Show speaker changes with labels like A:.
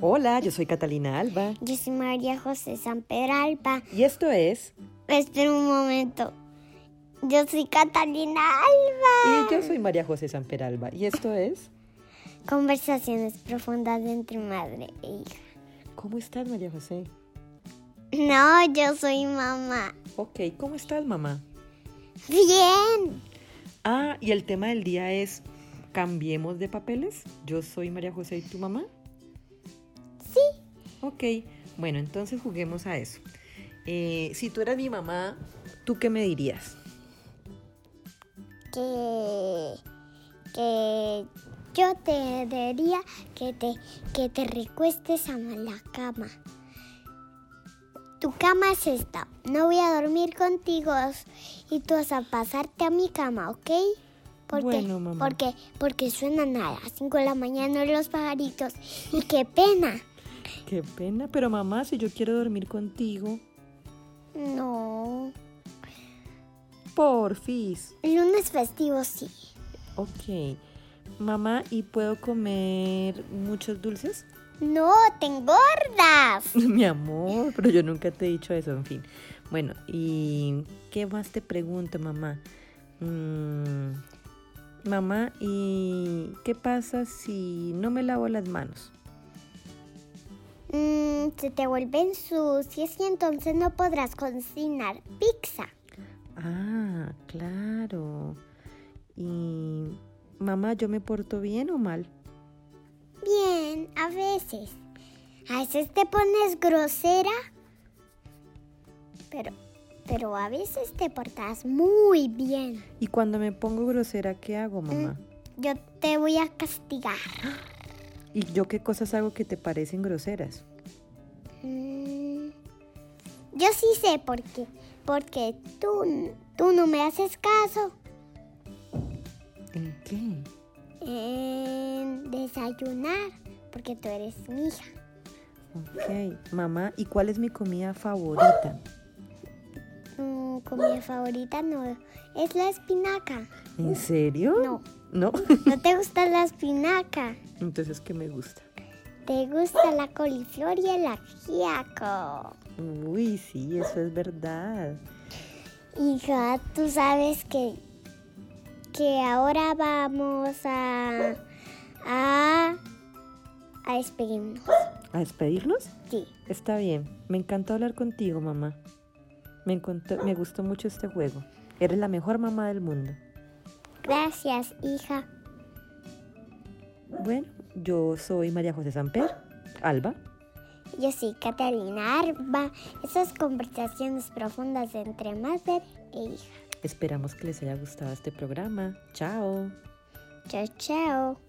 A: Hola, yo soy Catalina Alba.
B: Yo soy María José San Peralba.
A: Y esto es...
B: Espera un momento. Yo soy Catalina Alba.
A: Y yo soy María José San Peralba. Y esto es...
B: Conversaciones profundas entre madre e hija.
A: ¿Cómo estás, María José?
B: No, yo soy mamá.
A: Ok, ¿cómo estás, mamá?
B: Bien.
A: Ah, y el tema del día es... ¿Cambiemos de papeles? Yo soy María José y tu mamá.
B: Sí.
A: Ok, bueno, entonces juguemos a eso. Eh, si tú eras mi mamá, ¿tú qué me dirías?
B: Que, que yo te diría que te, que te recuestes a la cama. Tu cama es esta. No voy a dormir contigo y tú vas a pasarte a mi cama, ¿ok? Porque,
A: Bueno, mamá.
B: porque, porque suenan a las 5 de la mañana los pajaritos. Y qué pena.
A: Qué pena, pero mamá, si yo quiero dormir contigo,
B: No.
A: porfis.
B: Lunes festivo sí.
A: Ok, mamá, ¿y puedo comer muchos dulces?
B: No, te engordas.
A: mi amor, pero yo nunca te he dicho eso, en fin. Bueno, ¿y qué más te pregunto, mamá? Mm, mamá, ¿y qué pasa si no me lavo las manos?
B: Mm, se te vuelven sucias y entonces no podrás cocinar pizza.
A: Ah, claro. Y mamá, ¿yo me porto bien o mal?
B: Bien, a veces. A veces te pones grosera, pero, pero a veces te portas muy bien.
A: Y cuando me pongo grosera, ¿qué hago, mamá?
B: Yo te voy a castigar.
A: ¿Y yo qué cosas hago que te parecen groseras?
B: Mm, yo sí sé por qué. Porque tú, tú no me haces caso.
A: ¿En qué?
B: En desayunar, porque tú eres mi hija.
A: Ok, mamá, ¿y cuál es mi comida favorita?
B: Mm, comida favorita no es la espinaca.
A: ¿En serio?
B: No.
A: ¿No?
B: ¿No te gusta la espinaca?
A: Entonces, ¿qué me gusta?
B: ¿Te gusta la coliflor y el ajíaco?
A: Uy, sí, eso es verdad.
B: Hija, tú sabes que, que ahora vamos a, a, a despedirnos.
A: ¿A despedirnos?
B: Sí.
A: Está bien. Me encantó hablar contigo, mamá. Me, encantó- me gustó mucho este juego. Eres la mejor mamá del mundo.
B: Gracias, hija.
A: Bueno, yo soy María José Samper, Alba.
B: Yo soy Catalina Arba. Esas conversaciones profundas entre madre e hija.
A: Esperamos que les haya gustado este programa. Chao.
B: Chao, chao.